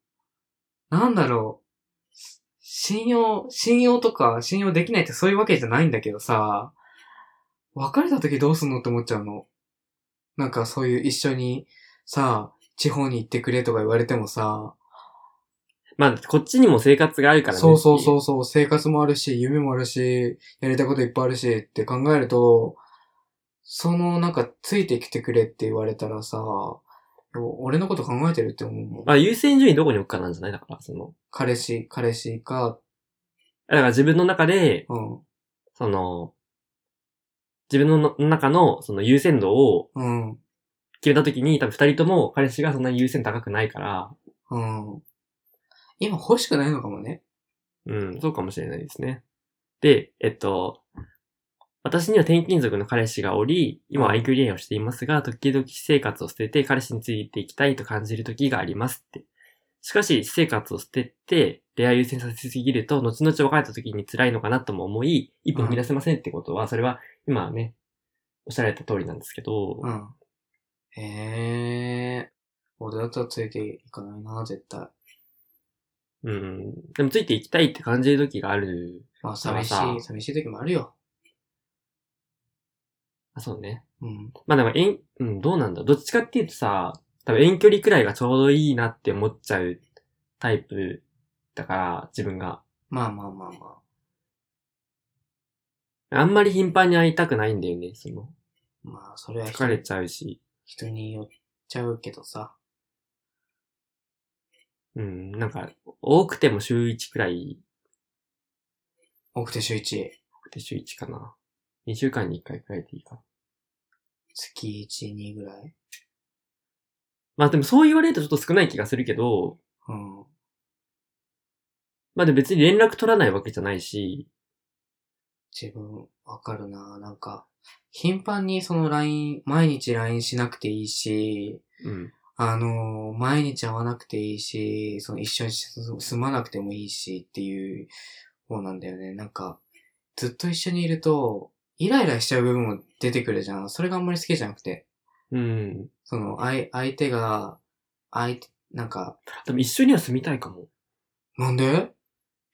なんだろう。信用、信用とか信用できないってそういうわけじゃないんだけどさ、別れた時どうすんのって思っちゃうの。なんかそういう一緒にさ、地方に行ってくれとか言われてもさ、まあ、こっちにも生活があるからね。そうそうう。そうそう、生活もあるし、夢もあるし、やりたいこといっぱいあるしって考えると、そのなんかついてきてくれって言われたらさ、俺のこと考えてるって思うもん。まあ、優先順位どこに置くかなんじゃないだから、その。彼氏、彼氏か、だから自分の中で、うん。その、自分の中の、その優先度をうん。決めたときに、多分二人とも彼氏がそんなに優先高くないから、うん。今欲しくないのかもね。うん、そうかもしれないですね。で、えっと、私には転勤族の彼氏がおり、今は愛グリーンをしていますが、時々私生活を捨てて彼氏についていきたいと感じる時がありますって。しかし、私生活を捨てて、恋愛を優先させすぎると、後々別れた時に辛いのかなとも思い、一歩踏み出せませんってことは、それは今ね、おっしゃられた通りなんですけど、うん。へえ。俺だったらついていかないな、絶対。うん、でもついていきたいって感じる時がある。まあ、寂しだからい、さ寂しい時もあるよ。あそうね。うん。まあでも遠、うん、どうなんだ。どっちかっていうとさ、多分遠距離くらいがちょうどいいなって思っちゃうタイプだから、自分が。まあまあまあまあ。あんまり頻繁に会いたくないんだよね、その。まあ、それは疲人れちゃうし。人によっちゃうけどさ。うん、なんか、多くても週1くらい、多くて週1、多くて週1かな。2週間に1回くらいでいいか。月1、2ぐらい。まあでもそう言われるとちょっと少ない気がするけど、うん。まあでも別に連絡取らないわけじゃないし、自分、わかるな。なんか、頻繁にその LINE、毎日 LINE しなくていいし、うん。あの、毎日会わなくていいし、その一緒に住住まなくてもいいしっていう方なんだよね。なんか、ずっと一緒にいると、イライラしちゃう部分も出てくるじゃん。それがあんまり好きじゃなくて。うん。その、相、相手が、相手、なんか、でも一緒には住みたいかも。なんで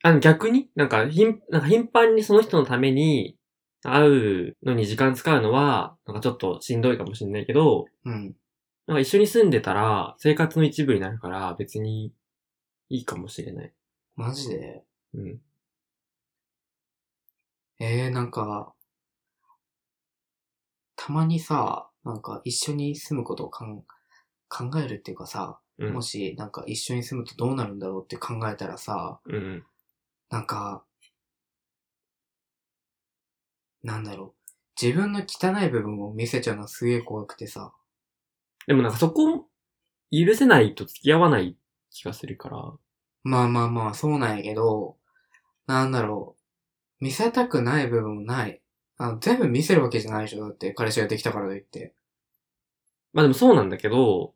あの、逆になんか、ひん、なんか頻繁にその人のために会うのに時間使うのは、なんかちょっとしんどいかもしれないけど、うん。なんか一緒に住んでたら生活の一部になるから別にいいかもしれない。マジでうん。えー、なんか、たまにさ、なんか一緒に住むことをかん考えるっていうかさ、うんも。しなんか一緒に住むとどうなるんだろうって考えたらさ、うんうん。なんか、なんだろう。自分の汚い部分を見せちゃうのはすげえ怖くてさ。でもなんかそこ、許せないと付き合わない気がするから。まあまあまあ、そうなんやけど、なんだろう。見せたくない部分もない。あの全部見せるわけじゃないでしょ。だって、彼氏ができたからといって。まあでもそうなんだけど、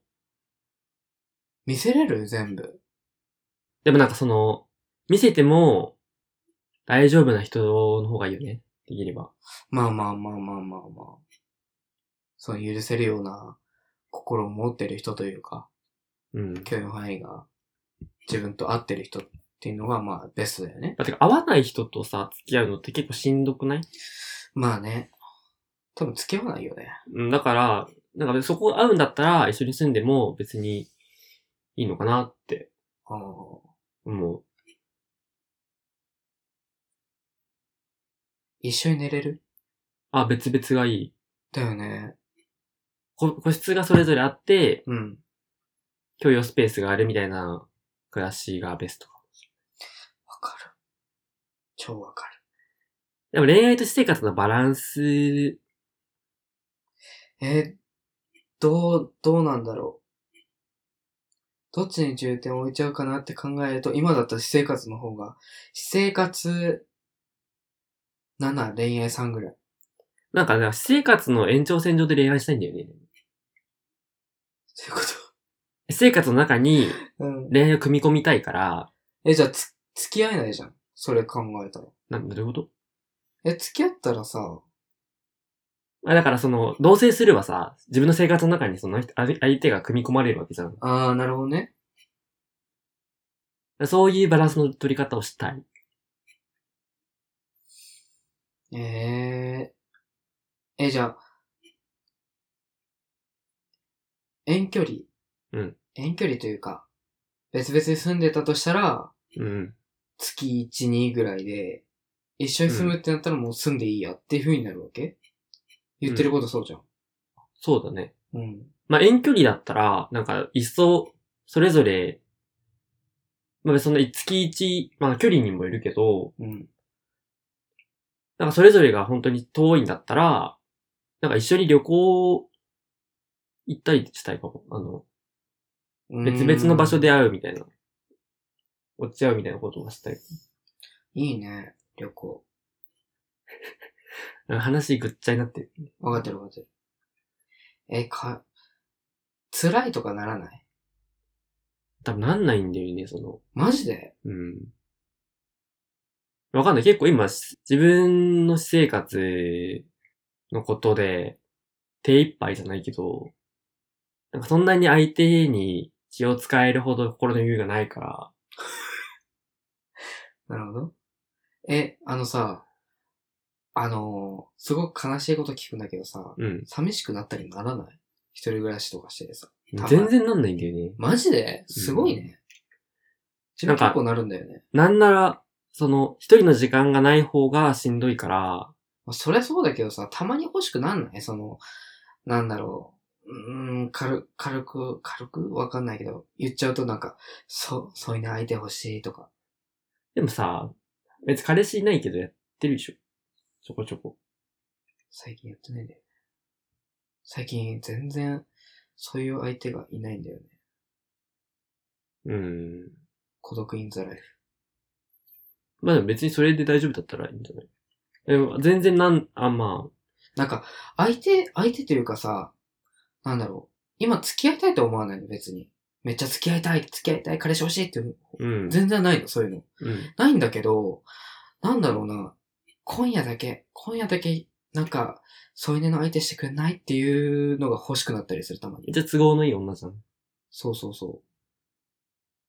見せれる全部。でもなんかその、見せても大丈夫な人の方がいいよね。できれば。まあまあまあまあまあまあ。その許せるような心を持ってる人というか、うん。ま許容範囲が自分と合ってる人っていうのがまあベストだよね。あ、てか、合わない人とさ、付き合うのって結構しんどくないまあね。多分付き合わないよね。うん、だから、なんかそこ合うんだったら一緒に住んでも別にいいのかなってあー思う。一緒に寝れるあ、別々がいい。だよね。こ個室がそれぞれあって、うん。共用スペースがあるみたいな暮らしがベスト。わかる。超わかでも恋愛と私生活のバランス、る。えーどう、どうなんだろう。どっちに重点を置いちゃうかなって考えると、今だったら私生活の方が、私生活7、恋愛3ぐらい。なんかね、私生活の延長線上で恋愛したいんだよね。そういうこ私生活の中にと。 うん。恋愛を組み込みたいから、え、じゃあつ、付き合えないじゃん。それ考えたら。なんどういうことえ、付き合ったらさ、あだからその、同棲すればさ、自分の生活の中にその人あ相手が組み込まれるわけじゃん。あー、なるほどね。そういうバランスの取り方をしたい。えー。え、じゃあ、遠距離。うん。遠距離というか、別々に住んでたとしたら、うん。月1、2ぐらいで、一緒に住むってなったらもう住んでいいやっていう風になるわけ言ってることそうじゃん。そうだね。うん。まあ、遠距離だったら、なんか、一層、それぞれ、まあ、そんな月一、まあ、距離にもよるけど、うん。なんかそれぞれが本当に遠いんだったら、なんか一緒に旅行行ったりしたいかも。あの、うん別々の場所で。会うみたいな。落ち合うみたいなことがしたい。いいね、旅行。なんか話ぐっちゃになってる。わかってるわかってる。え、か、辛いとかならない多分なんないんだよね、その。マジでうん。わかんない。結構今、し自分の私生活のことで、手一杯じゃないけど、なんかそんなに相手に気を使えるほど心の余裕がないから、なるほど。え、あのさ、あのーすごく悲しいこと聞くんだけどさ、うん。寂しくなったりならない一人暮らしとかしててさ。多分全然なんないんだよね。マジですごいね。自な分んか結構なるんだよね。なんなら、その、一人の時間がない方がしんどいから、まあ、そりゃそうだけどさ、たまに欲しくなんないその、なんだろう。うーん、軽、軽く、軽くわかんないけど、言っちゃうとなんか、そ、そういうの相手欲しいとか。でもさ、別に彼氏いないけどやってるでしょ。ちょこちょこ。最近やってないんだよね。最近全然、そういう相手がいないんだよね。うん。孤独インザライフ。まあでも別にそれで大丈夫だったらいいんじゃないでも全然なん、あ、まあ、なんか、相手、相手というかさ、なんだろう。今付き合いたいと思わないの、別に。めっちゃ付き合いたい、付き合いたい、彼氏欲しいっていう、うん。全然ないの、そういうの。うん。ないんだけど、なんだろうな。今夜だけ、今夜だけ、なんか、添い寝の相手してくれないっていうのが欲しくなったりする、たまに。じゃあ都合のいい女じゃん。そうそうそう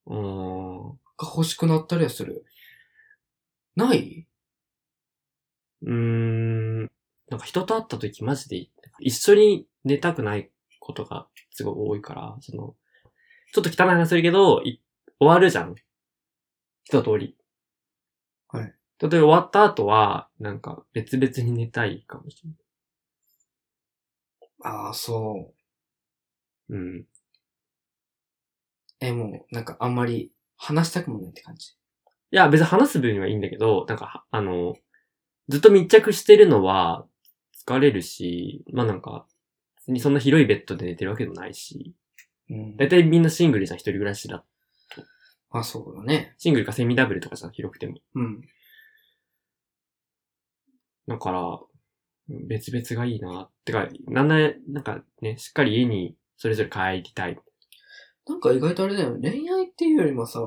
ーん。う。が欲しくなったりはする。ないうん。なんか人と会った時マジで、一緒に寝たくないことがすごい多いから、その、ちょっと汚い話するけど、い終わるじゃん。一通り。はい。例えば終わった後は、なんか別々に寝たいかもしれない。ああ、そう。うん。え、もう、なんかあんまり話したくもないって感じ。いや、別に話す分にはいいんだけど、なんか、あの、ずっと密着してるのは疲れるし、まあなんか、別にそんな広いベッドで寝てるわけでもないし、うん。だいたいみんなシングルじゃん、一人暮らしだ。まあ、そうだね。シングルかセミダブルとかじゃん、広くても。うん。だから、うん別々がいいな。てか、なんなら、なんかね、しっかり家にそれぞれ帰りたい。なんか意外とあれだよね。恋愛っていうよりもさ、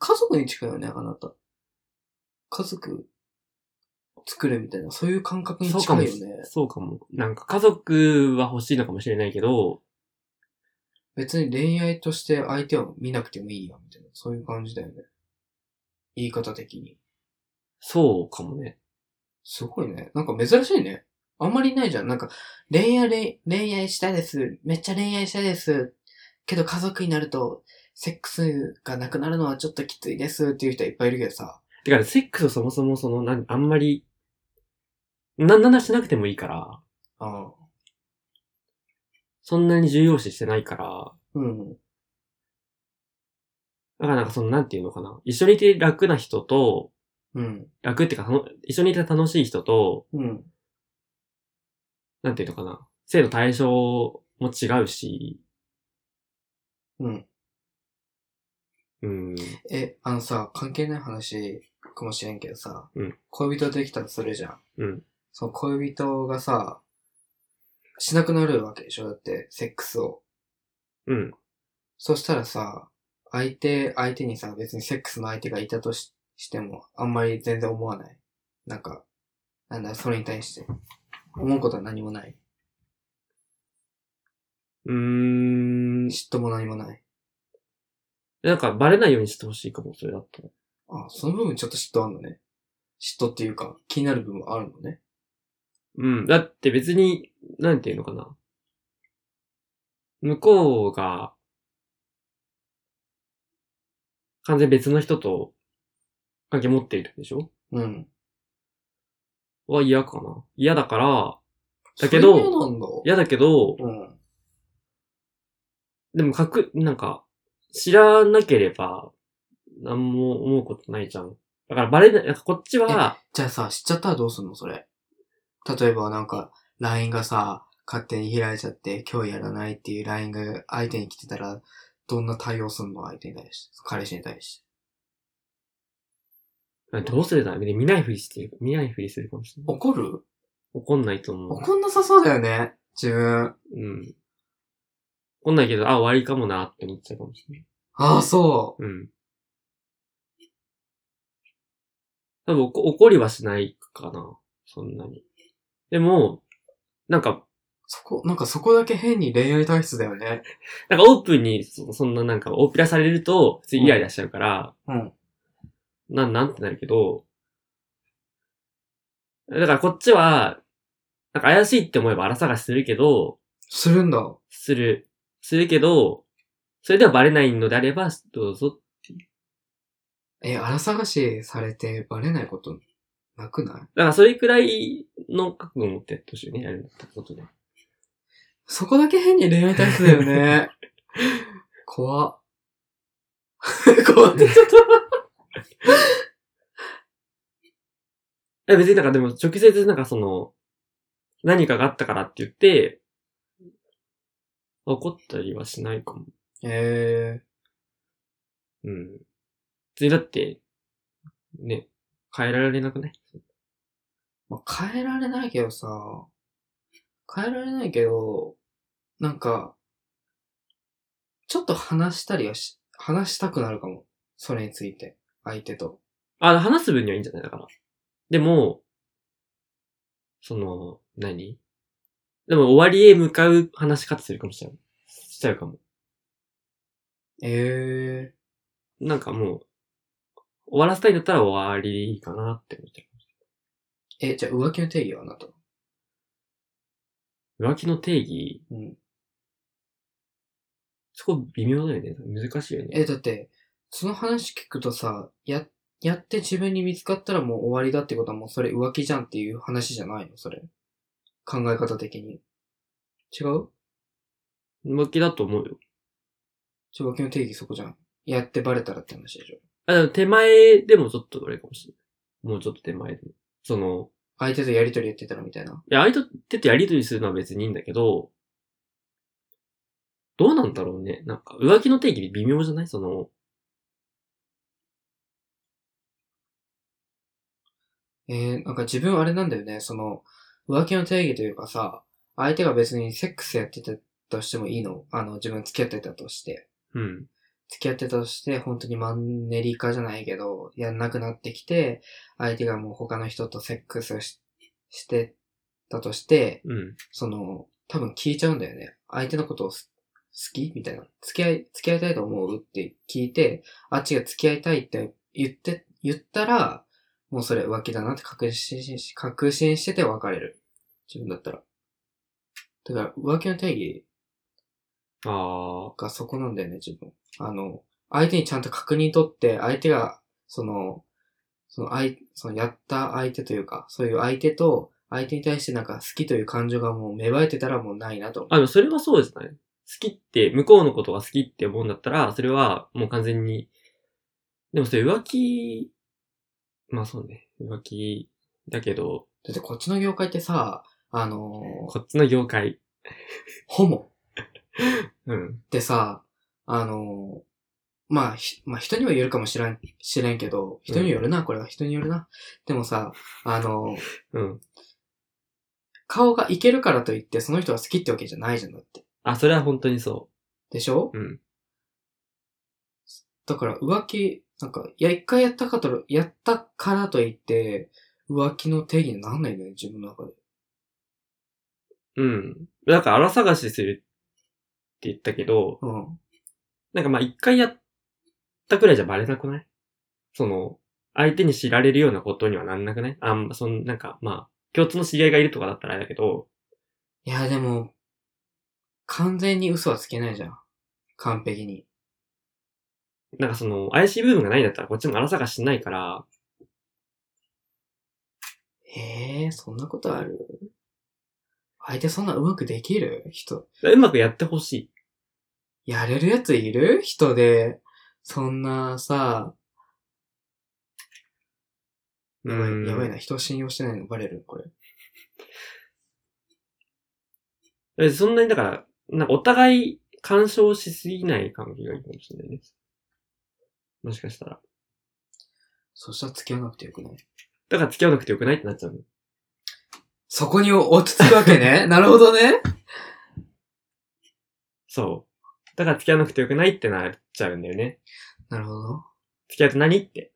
家族に近いよね、あなた。家族作るみたいな、そういう感覚にそうか近もいよしね。そうかも。なんか家族は欲しいのかもしれないけど、別に恋愛として相手を見なくてもいいよ、みたいな。そういう感じだよね。言い方的に。そうかもね。すごいね。なんか珍しいね。あんまりいないじゃん。なんか、恋愛れ、恋愛したいです。めっちゃ恋愛したいです。けど家族になると、セックスがなくなるのはちょっときついですっていう人はいっぱいいるけどさ。てか、セックスをそもそもその、なん、あんまり、な、なんなしなくてもいいから、ああ。そんなに重要視してないから、うん。だからなんかその、なんていうのかな。一緒にいて楽な人と、うん。楽っていうか、その一緒にいて楽しい人と、うん。なんていうのかな。性の対象も違うし、うん。うん。え、あのさ、関係ない話かもしれんけどさ、うん恋人できたとするじゃん。うんその恋人がさ、しなくなるわけでしょだって、セックスを。うん。そしたらさ、相手、相手にさ、別にセックスの相手がいたとししても、あんまり全然思わない。なんか、なんだ、それに対して。思うことは何もない。うーん。嫉妬も何もない。なんか、バレないようにしてほしいかも、それだったら。あ、その部分ちょっと嫉妬あんのね。嫉妬っていうか、気になる部分はあるのね。うん。だって別に、なんていうのかな。向こうが、完全に別の人と関係持っているでしょうん。は嫌かな。嫌だから、だけどそういうのなんだ。嫌だけど、うん。でもかく、なんか、知らなければ、なんも思うことないじゃん。だからバレない、なんかこっちは、じゃあさ、知っちゃったらどうすんのそれ。例えばなんか、LINE がさ、勝手に開いちゃって、今日やらないっていう LINE が相手に来てたら、どんな対応すんの相手に対して。彼氏に対して。どうすれば見ないふりしてる、見ないふりするかもしれない。怒る怒んないと思う。怒んなさそうだよね。自分。うん。来ないけど、あ、終わりかもなって思っちゃうかもしれない。ああ、そうん。多分怒、怒りはしないかな。そんなに。でも、なんか、う。そこ、なんかそこだけ変に恋愛体質だよね。なんかオープンに、そそんななんか、大っぴらされると、普通にイライラしちゃうから、うん。なん、なんてなるけど、だからこっちは、なんか怪しいって思えば荒探しするけど、するんだ。する、するけど、それではバレないのであれば、どうぞえ、荒探しされてバレないことなくないだからそれくらいの覚悟を持ってやってほしいよね、やるってことで。そこだけ変に恋愛体質だよね。怖っ。 怖って言っちゃった。え別になんかでも直接なんかその、何かがあったからって言って、怒ったりはしないかも。えうん。別にだって、ね、変えられなくないー、まあ、変えられないけどさ、変えられないけど、なんか、ちょっと話したりはし、話したくなるかも。それについて。相手と。あ、話す分にはいいんじゃないだから。でも、その、何でも終わりへ向かう話し方するかもしれない。しちゃうかも。ええなんかもう、終わらせたいんだったら終わりでいいかなって思っちゃー。え、じゃあ浮気の定義はあなた。う。浮気の定義、うん。そこ微妙だよね。難しいよね。え、だって、その話聞くとさ、や、やって自分に見つかったらもう終わりだってことはもうそれ浮気じゃんっていう話じゃないのそれ。考え方的に。違う浮気だと思うよ。ちょ、浮気の定義そこじゃん。やってバレたらって話でしょ。あ、でも手前でもちょっとあれかもしれない。もうちょっと手前でも。その、相手とやりとりやってたらみたいな。いや、相手とやりとりするのは別にいいんだけど、どうなんだろうね。なんか、浮気の定義微妙じゃないその、えー、なんか自分あれなんだよね。その、浮気の定義というかさ、相手が別にセックスやってたとしてもいいの。あの、自分付き合ってたとして。うん。付き合ってたとして、本当にマンネリ化じゃないけど、やんなくなってきて、相手がもう他の人とセックスをししてたとして、うん。その、多分聞いちゃうんだよね。相手のことをす好きみたいな。付き合い、付き合いたいと思うって聞いて、あっちが付き合いたいって言って、言ったら、もうそれ浮気だなって確信し、確信してて別れる。自分だったら。だから、浮気の定義ああ、がそこなんだよね、自分。あの、相手にちゃんと確認取って、相手が、その、その、あい、その、やった相手というか、そういう相手と、相手に対してなんか好きという感情がもう芽生えてたらもうないなと思う。あ、でもそれはそうですね。好きって、向こうのことが好きって思うんだったら、それはもう完全に、でもそれ浮気、まあそうね、浮気だけど、だってこっちの業界ってさ、あのー、こっちの業界、ホモうん、ってさ、あのー、まあ、ひまあ、人にはよるかもしれん、知れんけど、人によるな、これは人によるな。でもさ、あのー、うん。顔がいけるからといって、その人が好きってわけじゃないじゃんだって。あ、それは本当にそでしょう。うん。だから浮気、なんか、いや、一回やったかと、やったからといって、浮気の定義になんないんだよね、自分の中で。うん。だから、荒探しするって言ったけど、うん。なんかまあ一回やったくらいじゃバレなくないその、相手に知られるようなことにはなんなくないあん、その、なんか、まあ、共通の知り合いがいるとかだったらあれだけど、いや、でも、完全に嘘はつけないじゃん。完璧に。なんかその、怪しい部分がないんだったらこっちも荒探ししないから、ええー、そんなことある相手そんなうまくできる人。うまくやってほしい。やれるやついる人で、そんなさ、やばうんい、やばいな、人を信用してないのバレるこれ。えそんなにだから、なんかお互い干渉しすぎない関係がいいかもしれないです。もしかしたら。そしたら付き合わなくてよくないだから付き合わなくてよくないってなっちゃうの。そこに落ち着くわけ ね。なるほどね。そう。だから付き合わなくてよくないってなっちゃうんだよね。なるほど。付き合うと何って。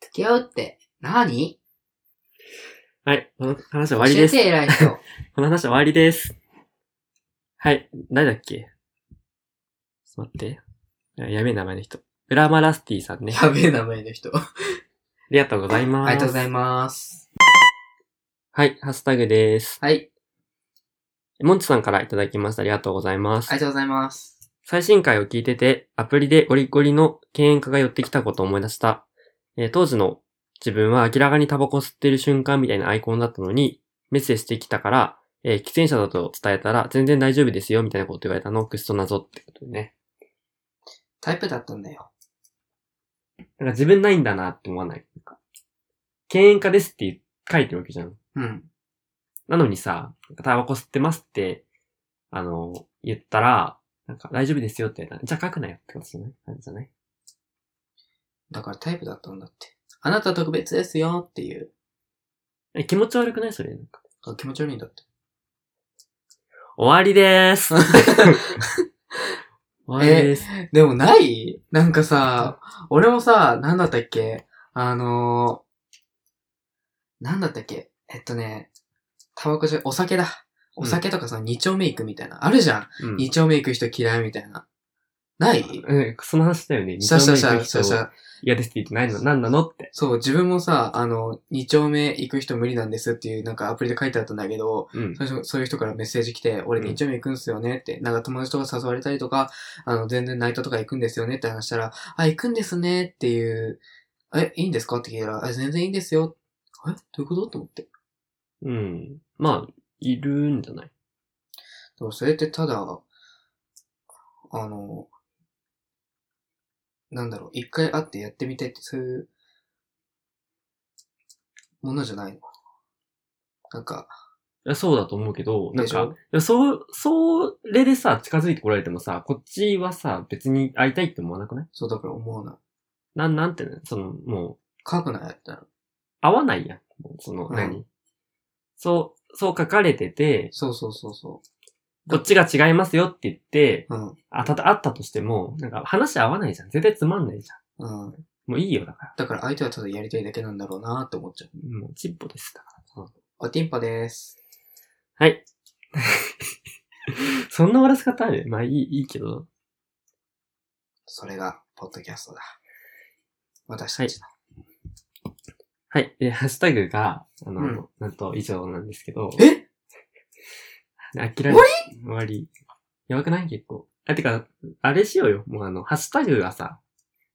付き合うって何はい。この話教は終わりえです。て偉い人。この話は終わりです。はい。誰だっけちょっと待って。やべえ名前の人。グラマラスティさんね。あやべえ名前の人。 ありがとうございます。りがとうござます。います。はい。ハッシュタグです。 はい。モンチさんからいただきました。ありがとうございます。ありがとうございます。最新回を聞いてて、アプリでゴリゴリの敬遠家が寄ってきたことを思い出した。えー当時の自分は明らかにタバコ吸ってる瞬間みたいなアイコンだったのに、メッセージしてきたから、えー喫煙者だと伝えたら、全然大丈夫ですよ、みたいなこと言われたの、くっそ謎ってことでね。タイプだったんだよ。なんか自分ないんだなって思わない。なんか敬遠家ですって書いてるわけじゃん。うん。なのにさ、なんかタバコ吸ってますって、あの、言ったら、なんか大丈夫ですよって言われたら、じゃあ書くなよってことじゃない感じじゃないだからタイプだったんだって。あなた特別ですよっていう。え、気持ち悪くないそれ。なんかあ気持ち悪いんだって。終わりで ーす。終わりです。でもないなんかさ、俺もさ、なんだったっけあのー、なんだったっけえっとね、タバコじゃ、お酒だ。お酒とかさ、二丁目行くみたいな。あるじゃん。うん二丁目行く人嫌いみたいな。ないうん、その話だよね。したしたし二丁目た行くし人たした。嫌ですって言ってないの、なんなのって。そう、自分もさ、あの、二丁目行く人無理なんですっていうなんかアプリで書いてあったんだけど、うん。最初そういう人からメッセージ来て、俺うん二丁目行くんすよねって、なんか友達とか誘われたりとか、あの、全然ナイトとか行くんですよねって話したら、あ、行くんですねっていう、え、いいんですかって聞いたら、あ全然いいんですよ。えどういうことと思って。うん。まあ、いるんじゃないでもそれってただ、あの、なんだろう、一回会ってやってみたいって、そういう、ものじゃないのなんか、いやそうだと思うけど、なんでしかょ、いやそう、それでさ、近づいてこられてもさ、こっちはさ、別に会いたいって思わなくないそうだから思わない。なん、なんていうのその、もう、書くなやったら。会わないやん。その、うん何そう、そう書かれてて、そうそうそうそこっちが違いますよって言って、う。うん。あたと、会ったとしても、なんか話合わないじゃん。絶対つまんないじゃうん。ん。もういいよ、だから。だから相手はただやりたいだけなんだろうなって思っちゃう。もう、チッポです、だから。あ、ティンパです。はい。 そんな終わらせ方あるまあいい、いいけど。それが、ポッドキャストだ。私たちの。はい。で、ハッシュタグが、あの、うんなんと以上なんですけど。えあきらめ終わりやばくない結構。あ、てか、あれしようよ。もうあの、ハッシュタグがさ、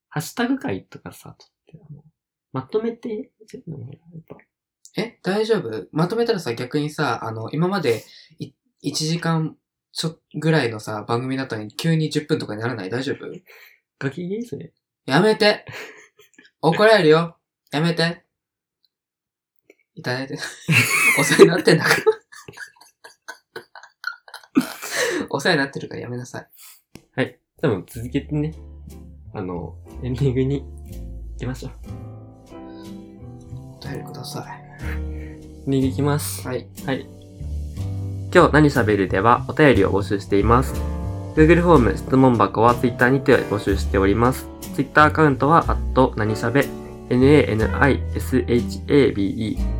ハッシュタグ会とかさ、撮って、あの、まとめて、ちょっとねやっぱえ大丈夫まとめたらさ、逆にさ、あの、今までい、1時間ちょ、ぐらいのさ、番組だったのに急に10分とかにならない大丈夫ガキゲーそれ。やめて怒られるよやめていただいて。 お世話になってんだから。お世話になってるからやめなさい。多分続けてね、あの、エンディングに行きましょう。お便りください。エンディング行きます。はい。今日何喋るではお便りを募集しています。Google フォーム質問箱は Twitter にて募集しております。Twitter アカウントは、あと、何喋、nanishabe、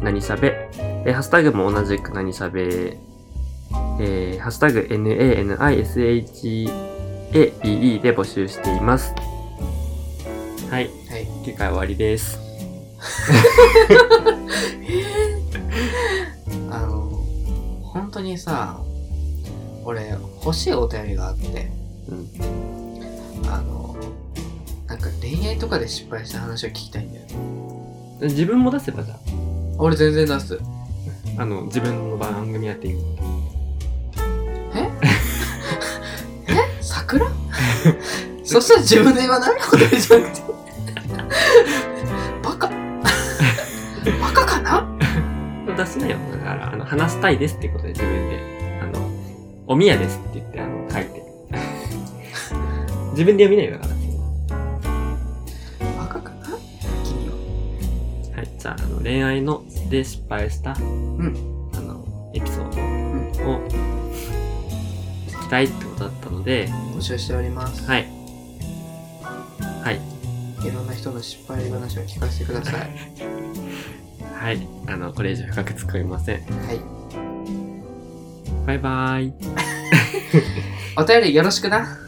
何喋、えーハッシュタグも同じく何喋、えー、ハッシュタグ nanishabe で募集しています。はい、はい。今回終わりです。あの、本当にさ、俺、欲しいお便りがあって、うん。あの、なんか恋愛とかで失敗した話を聞きたいんだよね。自分も出せばじゃ俺全然出す。あ、あの、自分の番組やってみる。え桜 そしたら自分で言わないお便りじゃなくて。バカバカかな出しなよ。だから、あの、話したいですってことで自分で、あの、おみやですって言って、あの、書いて。 自分で読みないよ、だから。バカかな君は。はい、じゃあ、あの、恋愛の、で失敗した、んあの、エピソードを、聞きたいってことだったので、募集しております。はい。はい。いろんな人の失敗話を聞かせてください。はい。あの、これ以上深く突っ込みません。はい。バイバーイ。お便りよろしくな。